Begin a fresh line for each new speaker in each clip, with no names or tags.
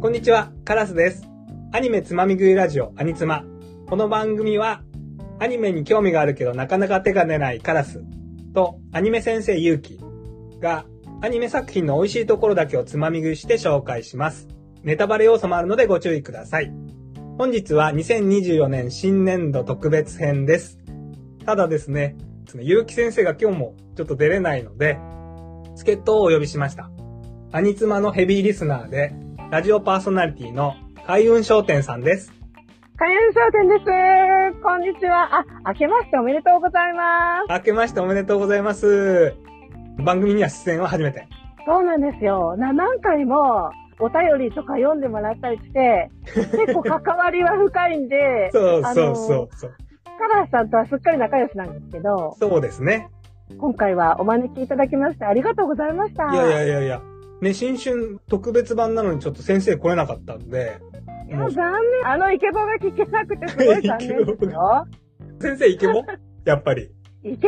こんにちは、カラスです。アニメつまみ食いラジオ、アニツマ。この番組は、アニメに興味があるけどなかなか手が出ないカラスと、アニメ先生ゆうきが、アニメ作品の美味しいところだけをつまみ食いして紹介します。ネタバレ要素もあるのでご注意ください。本日は2024年新年度特別編です。ただですね、そのゆうき先生が今日もちょっと出れないので、助っ人をお呼びしました。アニツマのヘビーリスナーで、ラジオパーソナリティの開運商店さんです。
開運商店です。こんにちは。あ、明けましておめでとうございます。
明けましておめでとうございます。番組には出演は初めて。、
そうなんですよ。な、何回もお便りとか読んでもらったりして、結構関わりは深いんで
そう
あ
そ
の
うそうそう。
カラーさんとはすっかり仲良しなんですけど、
そうですね。
今回はお招きいただきましてありがとうございました。
いやいやいやいや。ね、新春特別版なのにちょっと先生来れなかったんで、も
も
う
う残念。あのイケボが聞けなくてすごい残 念ですよ。
先生イケボやっぱり。
イケボで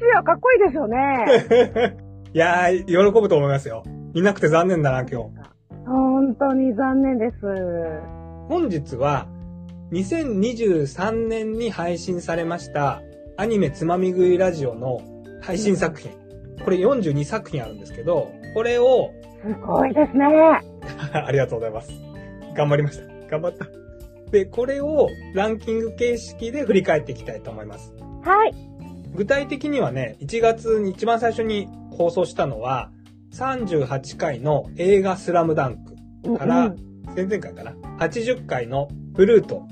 すよ。かっこいいですよね。
いやー、喜ぶと思いますよ。いなくて残念だな、今日。
本当に残念です。
本日は2023年に配信されましたアニメつまみ食いラジオの配信作品。これ42作品あるんですけど、これを、
すごいですね。
ありがとうございます。頑張りました。頑張った。で、これをランキング形式で振り返っていきたいと思います。
はい。
具体的にはね、1月に一番最初に放送したのは、38回の映画スラムダンク。から
うん
前々回かな。80回のフルート、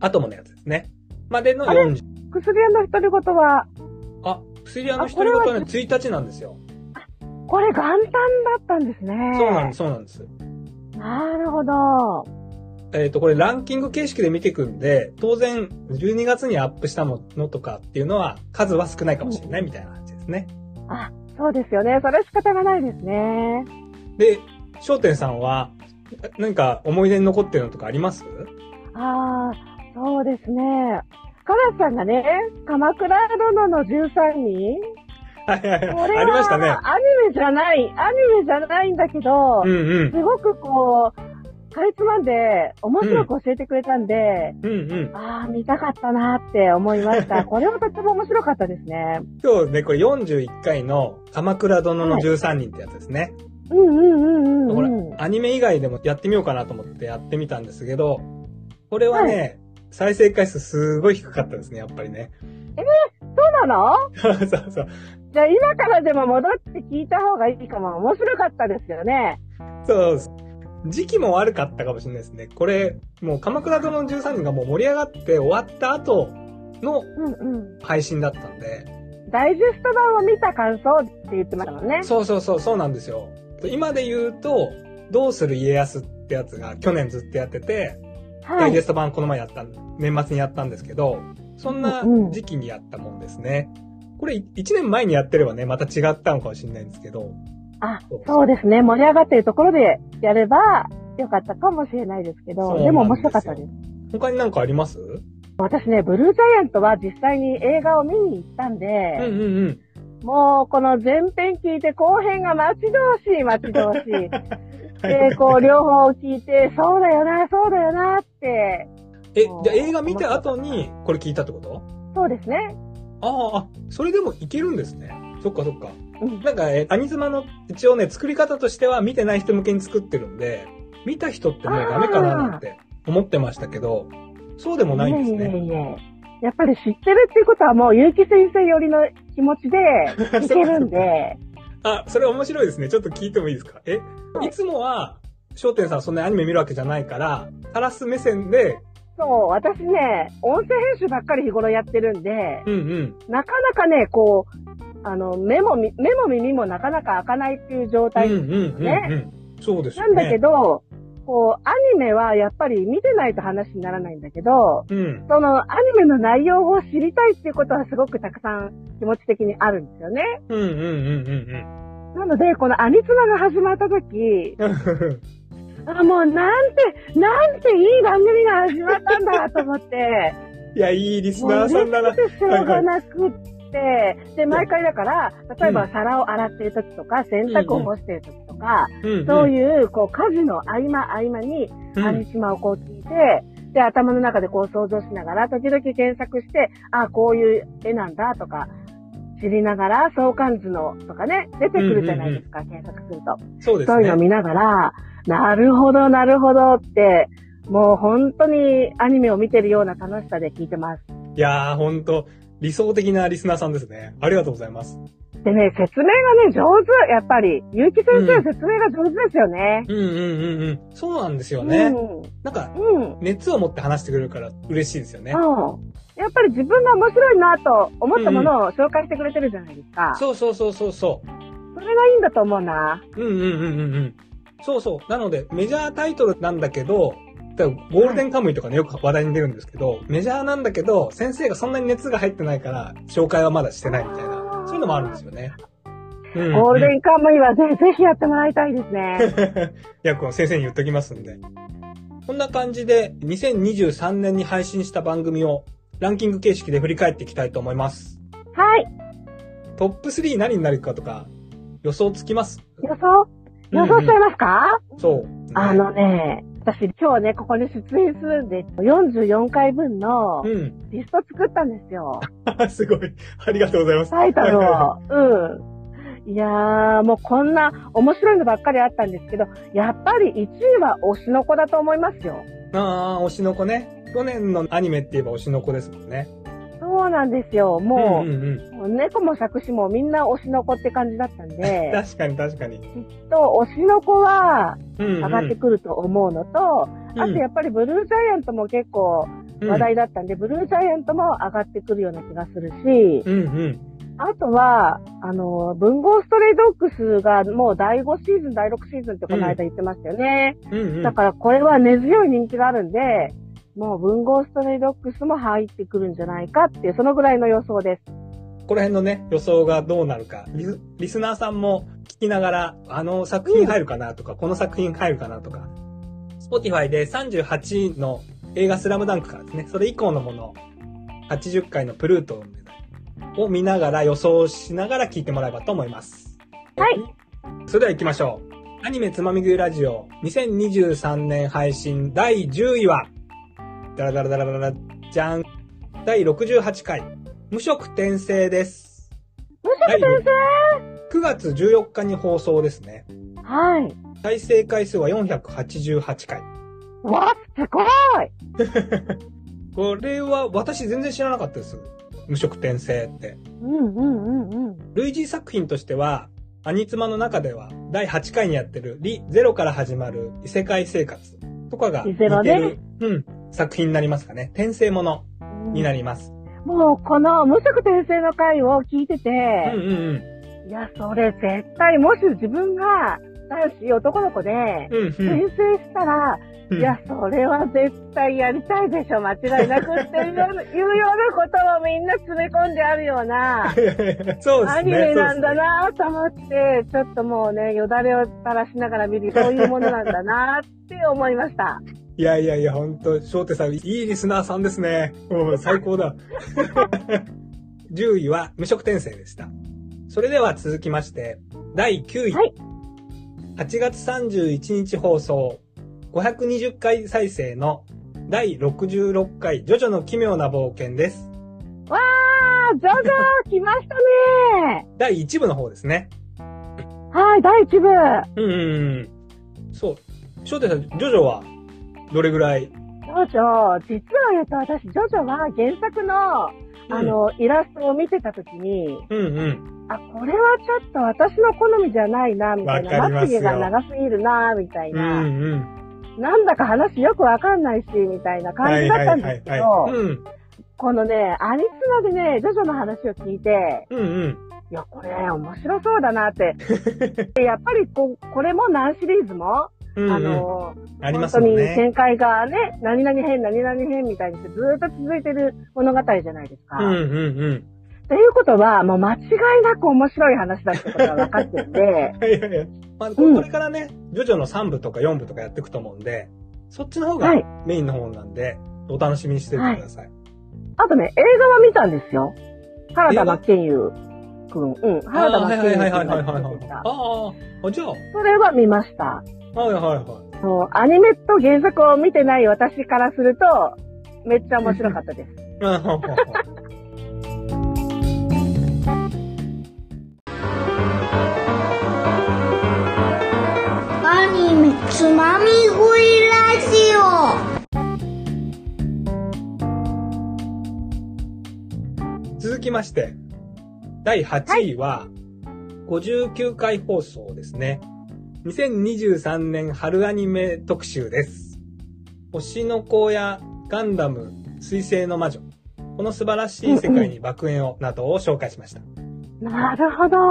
アトムのやつですね。までの
あれ
40。
薬屋の独り言は、
あ、薬屋の
あ
一
これ
人
は
ごとね、1日なんですよ。
これ元旦だったんですね。
そうなんです、そうなんです。
なるほど。
えっ、と、これランキング形式で見ていくんで、当然、12月にアップしたものとかっていうのは、数は少ないかもしれないみたいな感じですね。
あ、そうですよね。それは仕方がないですね。
で、商店さんは、な何か思い出に残ってるのとかあります
ああ、そうですね。カラスさんがね、鎌倉殿の13人
はいはい
これ
はい。
は
ありましたね。
アニメじゃない、アニメじゃないんだけど、
うんうん。
すごくこう、かいつまんで、面白く教えてくれたんで、
うんうん。
ああ、見たかったなって思いま した。これはとても面白かったですね。
今日ね、これ41回の鎌倉殿の13人ってやつですね。
うんうんうん
こ
う
れ
ん、うん。
アニメ以外でもやってみようかなと思ってやってみたんですけど、これはね、再生回数すごい低かったですね、やっぱりね。
そうなの
そうそう。
じゃあ今からでも戻って聞いた方がいいかも。面白かったですよね。
そうです時期も悪かったかもしれないですね。これ、もう鎌倉殿の13人がもう盛り上がって終わった後の
うんう
配信だったんで。
ん。ダイジェスト版を見た感想って言ってましたもんね。
そうそうそう、そうなんですよ。今で言うと、どうする家康ってやつが去年ずっとやってて、ダ
は
イジェ
い。
スト版この前やった、年末にやったんですけど、そんな
うんうん
時期にやったもんですね。これい1年前にやってればね、また違ったのかもしれないんですけど。
あ、そうですね。盛り上がってるところでやればよかったかもしれないですけ
そうなん
ど、
です
で
よ
も面白かったです。
他になんかあります
私ね、ブルージャイアントは実際に映画を見に行ったんで、
うんうんうん。
もうこの前編聞いて後編が待ち遠しい待ち遠しい。で、こう両方聞いて、そうだよな、そうだよなって、
え、じゃあ映画見た後にこれ聞いたってこと
そうですね。
ああ、あそれでもいけるんですね。そっかそっか。
うん
なんか、え、アニズマの一応ね、作り方としては見てない人向けに作ってるんで、見た人ってもうダメかななんて思ってましたけど、そうでもないんです
いえいえ
ね。
いえやっぱり知ってるっていうことはもう結城先生よりの気持 ちでいけるんで、
あ、それ面白いですね。ちょっと聞いてもいいですかえ、
はい
いつもは、商店さんそんなにアニメ見るわけじゃないから、カラス目線で、
そう、私ね、音声編集ばっかり日頃やってるんで、
うんうん。
なかなかね、こう、あの、目もみ、目も耳もなかなか開かないっていう状態。
うんうんうん、うん。そうですよ
なん
ね。
だけど、こう、アニメはやっぱり見てないと話にならないんだけど、
うん。
そのアニメの内容を知りたいっていうことはすごくたくさん気持ち的にあるんですよね。
うんうんうんうん
なので、このアニツマが始まった時、
うん。
あ、もうなんて、なんていい番組が始まったんだと思 って、
いや、いいリス
もう
ナーさんだな。
嬉しくてしょうがなくって、で、毎回だから、例えば皿を洗ってる時とか、洗濯を干してる時とか、か、
うん。
そういう、こう、家事の合間合間に、
うん、
アニシマをこう聞いて、で、頭の中でこう想像しながら、時々検索して、あ、こういう絵なんだとか、知りながら、相関図のとかね、出てくるじゃないですか、検索すると。
そうです
そういうの
ね。
見ながら、なるほど、なるほどって、もう本当にアニメを見てるような楽しさで聞いてます。
いやー、ほんと、理想的なリスナーさんですね。ありがとうございます。
でね、説明がね、上手、やっぱり。結城先
うん
生、説明が上手ですよね。
うんうんうんうん。そうなんですよね。なんか、
うん。うん。
熱を持って話してくれるから嬉しいですよね。
うん。やっぱり自分が面白いなと思ったものを紹介してくれてるじゃないですか。
そうそうそうそうそ
それがいいんだと思うな。
う。うんうんうんうんうん。そうそう。なので、メジャータイトルなんだけど、だからゴールデンカムイとかね、よく話題に出るんですけど、メジャーなんだけど、先生がそんなに熱が入ってないから、紹介はまだしてないみたいな、そういうのもあるんですよね。うん
ゴール
ン。
デンカムイはね、ぜひやってもらいたいで すね。
いや、この先生に言っときますんで。こんな感じで、2023年に配信した番組を、ランキング形式で振り返っていきたいと思います。
はい。
トップ3何になるかとか、予想つきます
予想予想しちゃいますか、
そう。
あのね、私今日ね、ここに出演するんで、44回分の
うん。
リスト作ったんですよ。
すごい。ありがとうございます。
タイト ルを。うん。いやー、もうこんな面白いのばっかりあったんですけど、やっぱり1位は推しの子だと思いますよ。
ああ、推しの子ね。去年のアニメって言えば推しの子ですもんね。
そうなんですよ。も
うんうん
う、猫も作詞もみんな推しの子って感じだったん
うん。
で、
確かに確かに。
と、推しの子は
うん、うん。
上がってくると思うのと、あとやっぱりブルージャイアントも結構
うん
話。題だったんで、ブルージャイアントも上がってくるような気がするし、
うんうん。
あとは、あの、文豪ストレイドッグスがもう第5シーズン、第6シーズンってこの間言ってましたよね。
うんう
だ
ん。
からこれは根強い人気があるんで、もう文豪ストレイドッグスも入ってくるんじゃないかっていう、そのぐらいの予想です。
この辺のね、予想がどうなるか。リスリスナーさんも聞きながら、あの作品入るかなとか、この作品入るかなとか。Spotify で38の映画スラムダンクからですね、それ以降のもの、80回のプルートを見ながら予想しながら聞いてもらえばと思います。
はい。
それでは行きましょう。アニメつまみ食いラジオ2023年配信第10位は、ダラダラダラダラじゃん。第68回、無職転生です。
無
第
職先生
9月14日に放送ですね。
はい。
再生回数は488回。
わあ、すごい
これは私全然知らなかったです。無職転生って。
うんうんうんうん。
類似作品としては、アニツマの中では、第8回にやってる、リ・ゼロから始まる異世界生活とかが似て
リゼロ
る
ね、
うん、作品になりますかね。転生ものになります。
もうこの無職転生の回を聞いてて、
うんうん
いや、それ絶対、もし自分が男子男の子で、
うん。うんうん
転生したら、
うん。
いや、それは絶対やりたいでしょ、間違いなくっていうようないうようなことをみんな詰め込んであるような、
そうですね。
アニメなん
そう
だ
ですね。
なぁと思って、ちょっともうね、よだれを垂らしながら見る、そういうものなんだなぁって思いました。
いやいやいや、ほんと、翔太さん、いいリスナーさんですね。もう最高 だ。10位は無職転生でした。それでは続きまして、第9位。
はい
8月31日放送、520回再生の第66回、ジョジョの奇妙な冒険です。
わー、ジョジョ来ましたね
第1部の方ですね。
はい、第1部。
うんうんうん。そう。翔太さん、ジョジョは、どれぐらい
ジョジョ、実は言うと私、ジョジョは原作の、あ、の、イラストを見てたときに、
うんうんうん。
あ、これはちょっと私の好みじゃないな、みたい
わか
な。
りますよ
毛が長すぎるな、みたい
うん
な。
うん。
なんだか話よくわかんないし、みたいな感じだったんですけ
はいはいはいはい
ど、
うん。
このね、アニツマでね、ジョジョの話を聞いて、
うんうん。
いや、これ面白そうだな って。でやっぱりこう、これも何シリーズも、
うんうん
あの、
ありま
本
す
当
もん
に
ね。
展開がね、何々編、何々編みたいにしてずーっと続いてる物語じゃないですか。
うんうんうん。
ということは、もう間違いなく面白い話だってことは分かってるんで、
いやいやまあ、
うん
これからね、ジョジョの3部とか4部とかやっていくと思うんで、 そっちの方が
はい
メインの方なんで、お楽しみにしててください。
あとね、映画は見たんですよ。原田真剣佑。くん、うん、
あ
原
あ
田
ー、は
真
いはい
由
はいは
美く
い
ん
はいはいは
が出て
い。
た。
ああ、あ、じゃあ、
それは見ました。
はいはいはい。
そう、アニメと原作を見てない私からすると、めっちゃ面白かっ たです。
うんほうほうほう
animeつまみ食いラジオ
続きまして、第8位は、59回放送ですね。2023年春アニメ特集です。星の子やガンダム、水星の魔女、この素晴らしい世界に爆炎を、などを紹介しました。
なるほど
そ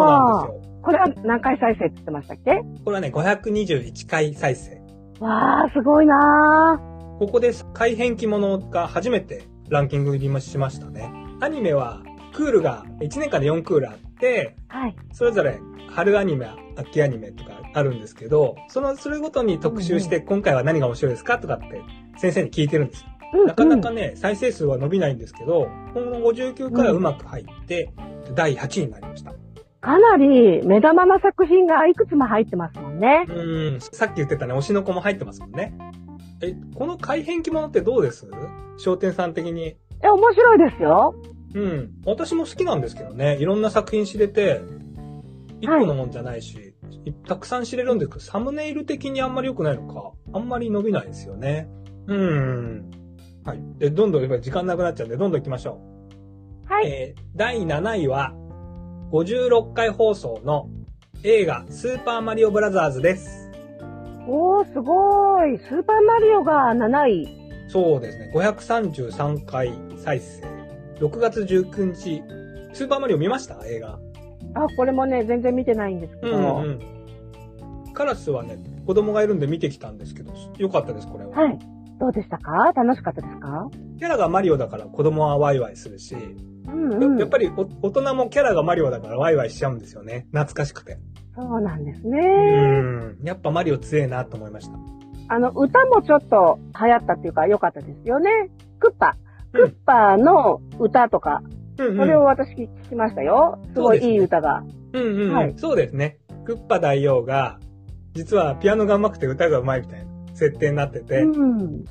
うなんですよ。
これは何回再生って言ってましたっけ
これはね、521回再生。
わあ、すごいなー
ここで改変期ものが初めてランキング入りしましたね。アニメはクールが1年間で4クールあって、
はい。
それぞれ春アニメ、秋アニメとかあるんですけど、その、それごとに特集して今回は何が面白いですかとかって先生に聞いてるんですよ。
うんうん
なかなかね、再生数は伸びないんですけど、この59からうまく入って、第8位になりました。
かなり目玉な作品がいくつも入ってますもんね
う。ーん、さっき言ってたね、推しの子も入ってますもんね。え、この改変期ものってどうです商店さん的に
え、面白いですよ。
うん。私も好きなんですけどね。いろんな作品知れて、一個のもんじゃないし、いたくさん知れるんですけど、サムネイル的にあんまり良くないのか、あんまり伸びないですよね。うん。はい。で、どんどん、やっぱり時間なくなっちゃうんで、どんどん行きましょう。
はい。
えー、第7位は、56回放送の映画、スーパーマリオブラザーズです。
おー、すごーい。スーパーマリオが7位。
そうですね。533回再生。6月19日。スーパーマリオ見ました映画。
あ、これもね、全然見てないんですけど。
うんうん、カラスはね、子供がいるんで見てきたんですけど、よかったです、これは。
はい。どうでしたか楽しかったですか
キャラがマリオだから子供はワイワイするし、
うん
や
うん。
やっぱりお大人もキャラがマリオだからワイワイしちゃうんですよね。懐かしくて。
そうなんですね。
うん。やっぱマリオ強えなと思いました。
あの、歌もちょっと流行ったっていうか、良かったですよね。クッパ。
う
ク
ん
ッパの歌とか、
うん、
それを私聞きましたよ。すごいいい歌が。
うんうんうん、
はい
そうですね。クッパ大王が、実はピアノが上手くて歌が上手いみたいな設定になってて、
うん。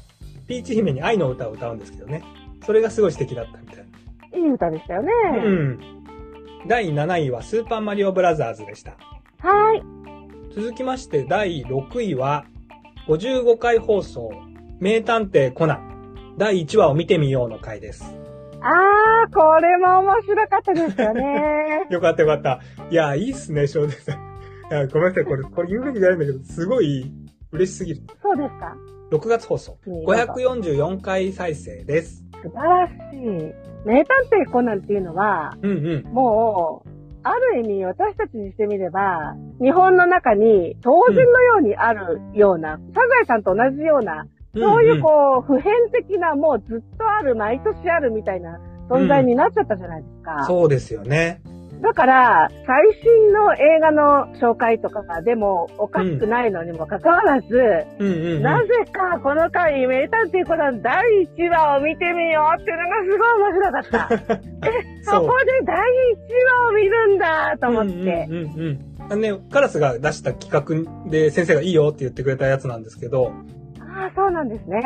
ピーチ姫に愛の歌を歌うんですけどね。それがすごい素敵だったみたいな。
いい歌でしたよね。
うん。第7位はスーパーマリオブラザーズでした。
はい。
続きまして第6位は、55回放送、名探偵コナン、第1話を見てみようの回です。。
あー、これも面白かったですよね
よかったよかった。いや、いいっすね、翔太さん。いやごめんなさい、これ、これ言うべきじゃないんだけど、すごい嬉しすぎる。
そうですか。
6月放送、544回再生です。
素晴らしい。名探偵コナンっていうのは、
うんうん。
もう、ある意味私たちにしてみれば、日本の中に当然のようにあるような、サザエさんと同じような、そういうこう、普遍的なもうずっとある、毎年あるみたいな存在になっちゃったじゃないです
うんうん
か。
そうですよね。
だから、最新の映画の紹介とかでもおかしくないのにもかかわらず、
うんうん、うん。
なぜかこの回、名探偵コナン第1話を見てみようっていうのがすごい面白かった。そこで第1話を見るんだと思って。
うんうんうんうんあのね、カラスが出した企画で先生がいいよって言ってくれたやつなんですけど、
ああ、そうなんですね。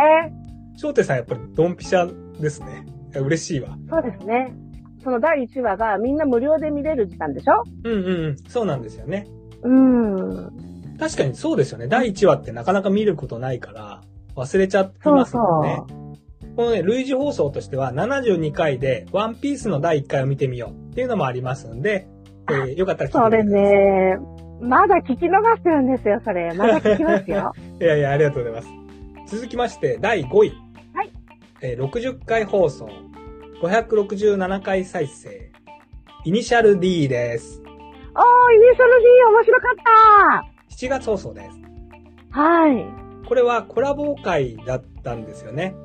翔太さんやっぱりドンピシャですね。いや嬉しいわ。
そうですね。その第1話がみんな無料で見れる時間でしょ
うんうんうん。そうなんですよね。
うーん。
確かにそうですよね。第1話ってなかなか見ることないから、忘れちゃってますもんね。このね、類似放送としては72回で、ワンピースの第1回を見てみようっていうのもありますんで、えーよかったら聞
そ
いて
れ
みてください。
ね、まだ聞き逃してるんですよ、それ。まだ聞き ますよ。
いやいや、ありがとうございます。続きまして、第5位。
はい。
えー60回放送、567回再生、イニシャル D です。
おー、イニシャル D 面白かっ
7月放送です。
たはい。
これはコラボ会だったんですよね。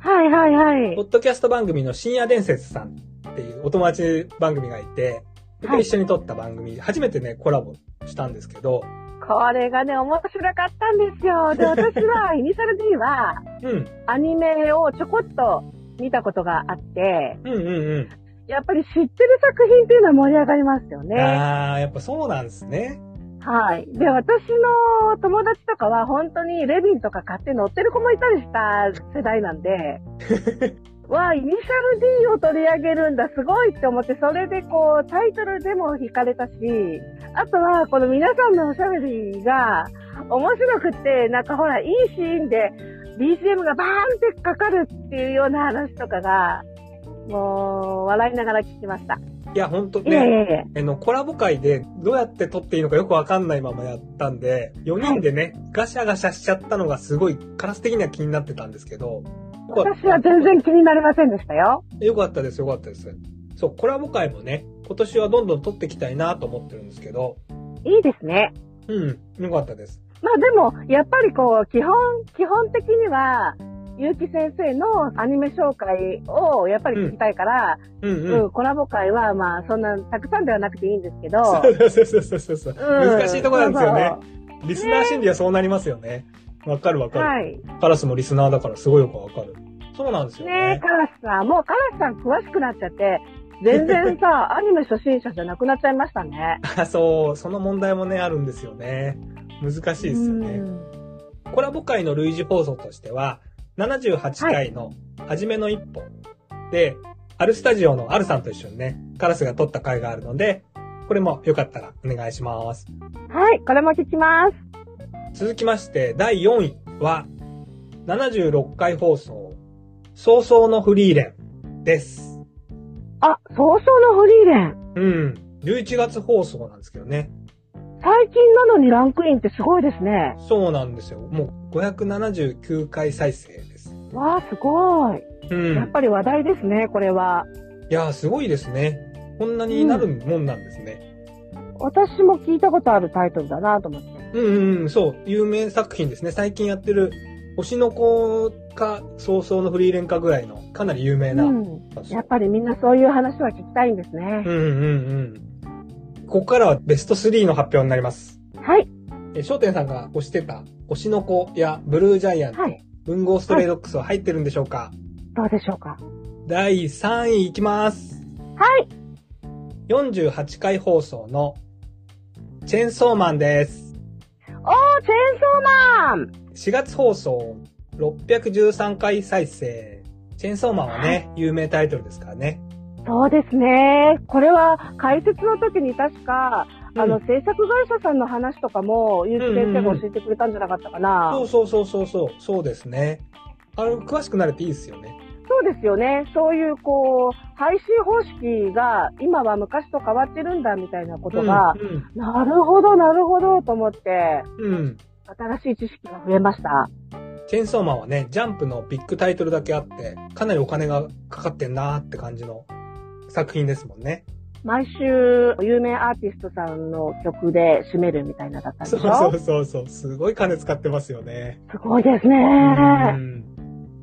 はいはいはい
ポ。ッドキャスト番組の深夜伝説さんっていうお友達番組がいて、僕
はい
一緒に撮った番組、初めてね、コラボしたんですけど、
これがね、面白かったんですよ。で、私は、イニシャル D は、
うん、
アニメをちょこっと見たことがあって、
うんうんうん。
やっぱり知ってる作品っていうのは盛り上がりますよね。
ああ、やっぱそうなんですね。
はい。で、私の友達とかは本当にレビンとか買って乗ってる子もいたりした世代なんで、わあ、イニシャル D を取り上げるんだ、すごいって思って、それでこう、タイトルでも惹かれたし、あとは、この皆さんのおしゃべりが面白くて、なんかほら、いいシーンで BGM がバーンってかかるっていうような話とかが、もう、笑いながら聞きました。
いや、ほんと
いやい
ね、
やいや。
あの、コラボ会でどうやって撮っていいのかよくわかんないままやったんで、4人でね、ガシャガシャしちゃったのがすごい、カラス的には気になってたんですけど、よかっ
私は全然気になりませんでしたよ。
たよかったです、よかったです。そう、コラボ会もね、今年はどんどん撮っていきたいなと思ってるんですけど、
いいですね。
うん、よかったです。
まあでも、やっぱりこう、基本、基本的には、ゆうき先生のアニメ紹介をやっぱり聞きたいから、
うん
う
うんん。
コラボ会はまあそんなたくさんではなくていいんですけど、
そうそうそうそうそうそう。
う ん
難しいとこなんですよね
そう。
リスナー心理はそうなりますよね。わかるわ
そ
か
う
る、
はい。
カラスもリスナーだからすごいよくわかる。そうなんですよ
ねえ、
ね。
カラスさん、もうカラスさん詳しくなっちゃって、全然 さ、アニメ初心者じゃなくなっちゃいましたね。
あ そう、その問題もね、あるんですよね。難しいですよ
う
ね。
ん
コラボ会の類似放送としては、78回の初めの一歩で、アルスタジオのアルさんと一緒にね、カラスが撮った回があるので、これもよかったらお願いします。
はい、これも聞きます。
続きまして、第4位は、76回放送、早々のフリーレンです。
あ、早々のフリーレン。
うん。11月放送なんですけどね。
最近なのにランクインってすごいですね。
そうなんですよ。もう579回再生です。
わあ、すごい。
うん。
やっぱり話題ですね、これは。
いやー、すごいですね。こんなになるもんなんですね。
私も聞いたことあるタイトルだなと思って。
うん、うん、うん、そう。有名作品ですね。最近やってる、推しの子か、早々のフリーレンかぐらいの、かなり有名な。
うん。やっぱりみんなそういう話は聞きたいんですね
う。んうんうん。ここからはベスト3の発表になります。
はい。
え、商店さんが推してた、推しの子やブルージャイアント、
はい。
文豪ストレイドックスは入ってるんでしょうか、
どうでしょうか。
第3位いきます。
はい。
48回放送の、チェンソーマンです。
おー、チェンソーマン
4月放送、613回再生。チェンソーマンはね、有名タイトルですからね。
そうですね。これは解説の時に確か、あ
う
の、
ん
制作会社さんの話とかも、ゆうき先生が教えてくれたんじゃなかったかな。
そうそうそうそうそう、そうですね。あれ、詳しくなれていいですよね。
そうですよね。そういう、こう、配信方式が、今は昔と変わってるんだ、みたいなことが、
うんうん
なるほど、なるほど、と思って、
うん。
新しい知識が増えました。
チェーンソーマンはね、ジャンプのビッグタイトルだけあって、かなりお金がかかってんなーって感じの作品ですもんね。
毎週、有名アーティストさんの曲で締めるみたいなだったんでし
そ
ょ
うそうそうそう。すごい金使ってますよね。
すごいです
う
ね。
ん。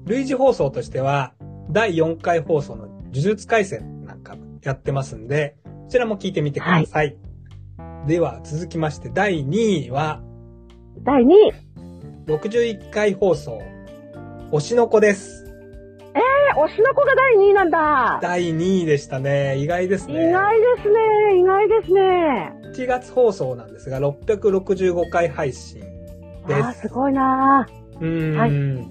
類似放送としては、第4回放送の呪術回戦なんかやってますんで、こちらも聞いてみてください。では、続きまして第2位は、
第2位。
61回放送、推しの子です。
え、推しの子が第2位なんだ。
第2位でしたね。意外です
意
ね。
外ですね。意外ですね。
7月放送なんですが、665回配信で
あー
す。
すごいな
うーん、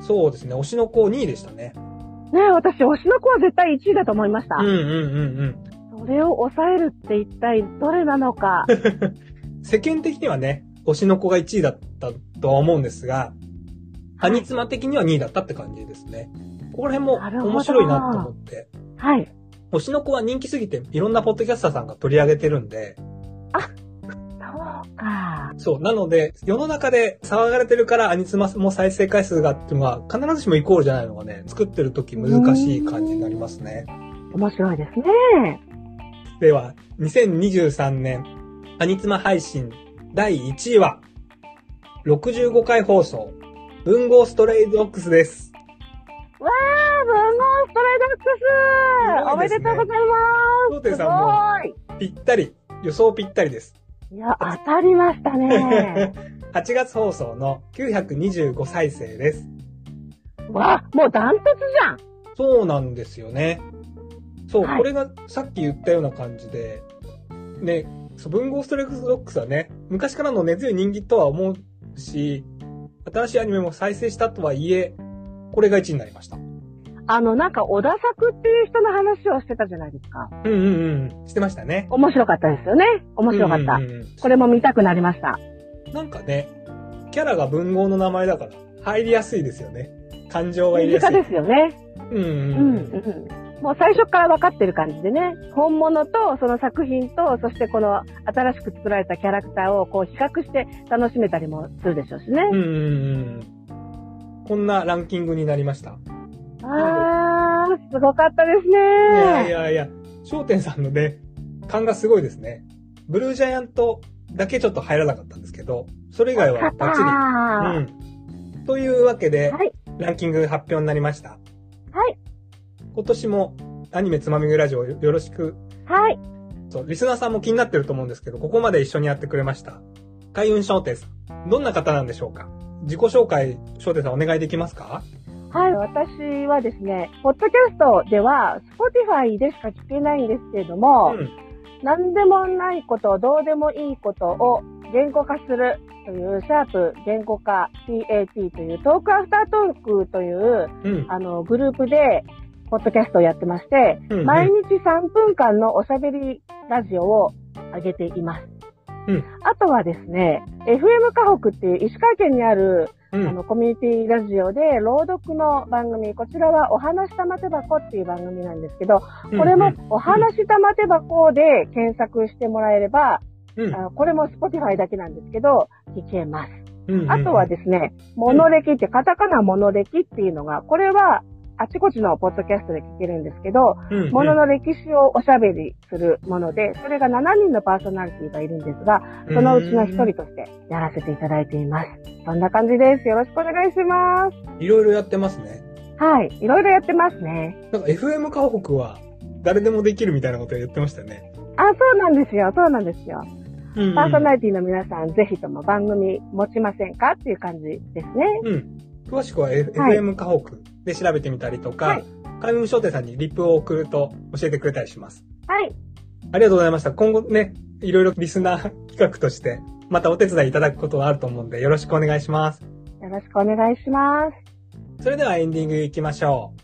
そうですね。推しの子2位でしたね。
ね私、推しの子は絶対1位だと思いました。
うんうんうんうん。
それを抑えるって一体どれなのか。
世間的にはね、推しの子が1位だったとは思うんですが、ハニツマ的には2位だったって感じですね。ここら辺も
なるほど
面白いなと思って。
はい。
推しの子は人気すぎて、いろんなポッドキャスターさんが取り上げてるんで、
そうか。
そう。なので、世の中で騒がれてるから、アニツマも再生回数がっていうのは、必ずしもイコールじゃないのがね、作ってる時難しい感じになりますね。
面白いですね。
では、2023年、アニツマ配信第1位は、65回放送、文豪ストレイドックスです。
わー、文豪ストレイドックスお
すごい
め
です
で
ね
とうございます
ローテ
す
さんも
ごい
ぴったり、予想ぴったりです。
いや、当たりましたね。
8月放送の925再生です。
わ、もうダントツじゃん
そうなんですよね。そう、
はい
これがさっき言ったような感じで、ね、そう文豪ストレイクドッグスはね、昔からの根強い人気とは思うし、新しいアニメも再生したとはいえ、これが1位になりました。うん
あの、なんか、小田作っていう人の話をしてたじゃないですか。
うんうん。してましたね。
面白かったですよね。面白かった。
うんうんうん
これも見たくなりました。
なんかね、キャラが文豪の名前だから、入りやすいですよね。感情が入
身
りやす
近
い
で。すよね。
うん
う、
うんん
う
うん。
ん。もう最初から分かってる感じでね。本物とその作品と、そしてこの新しく作られたキャラクターをこう比較して楽しめたりもするでしょうしね。
うんうんうん。こんなランキングになりました。
あー、すごかったです
い
ね。
やいやいや、商店さんのね、感がすごいですね。ブルージャイアントだけちょっと入らなかったんですけど、それ以外はバッチリ。
は
うん。というわけで、
はい
ランキング発表になりました。
はい。
今年もアニメつまみぐラジオよろしく
はい。
そう、リスナーさんも気になってると思うんですけど、ここまで一緒にやってくれました。開運商店さん、どんな方なんでしょうか自己紹介、商店さんお願いできますか
はい、私はですね、ポッドキャストでは、Spotify でしか聞けないんですけれども、
うん。
何でもないこと、どうでもいいことを言語化するという、シャープ言語化 PAT という、トークアフタートークという、
うん。
あの、グループで、ポッドキャストをやってまして、
うんうん
毎日3分間のおしゃべりラジオを上げています。
うん
あとはですね、FM 河北っていう石川県にある
う
あ
ん。
の、コミュニティラジオで、朗読の番組、こちらはお話玉手箱っていう番組なんですけど、これもお話玉手箱で検索してもらえれば、
うん、うん
あこれも Spotify だけなんですけど、聞けます。
うんうん
あとはですね、モノレキって、カタカナモノレキっていうのが、これはあちこちのポッドキャストで聞けるんですけど、
うんうん
ものの歴史をおしゃべりするもので、それが7人のパーソナリティがいるんですが、そのうちの一人としてやらせていただいています。そんな感じです。よろしくお願いします。
いろいろやってますね。
はい。いろいろやってますね。
なんか FM 河北は誰でもできるみたいなこと言ってましたね。
あ、そうなんですよ。そうなんですよ。
うん、うん。
パーソナリティの皆さん、ぜひとも番組持ちませんかっていう感じですね。
うん。詳しくは、F
はい
FM 河北で調べてみたりと
は
か
い、
カ海ム商店さんにリップを送ると教えてくれたりします。
はい。
ありがとうございました。今後ね、いろいろリスナー企画として、またお手伝いいただくことがあると思うんで、よろしくお願いします。
よろしくお願いします。
それではエンディング行きましょう。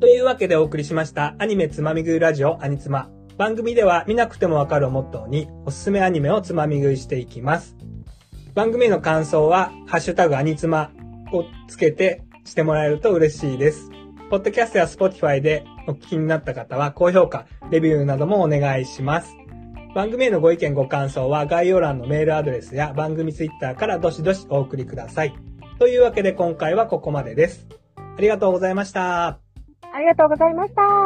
というわけでお送りしました、アニメつまみ食いラジオアニツマ。番組では見なくてもわかるをモットーに、おすすめアニメをつまみ食いしていきます。番組への感想は、ハッシュタグアニツマをつけてしてもらえると嬉しいです。ポッドキャストや Spotify でお聞きになった方は、高評価、レビューなどもお願いします。番組へのご意見ご感想は概要欄のメールアドレスや番組ツイッターからどしどしお送りください。というわけで今回はここまでです。ありがとうございました。
ありがとうございました。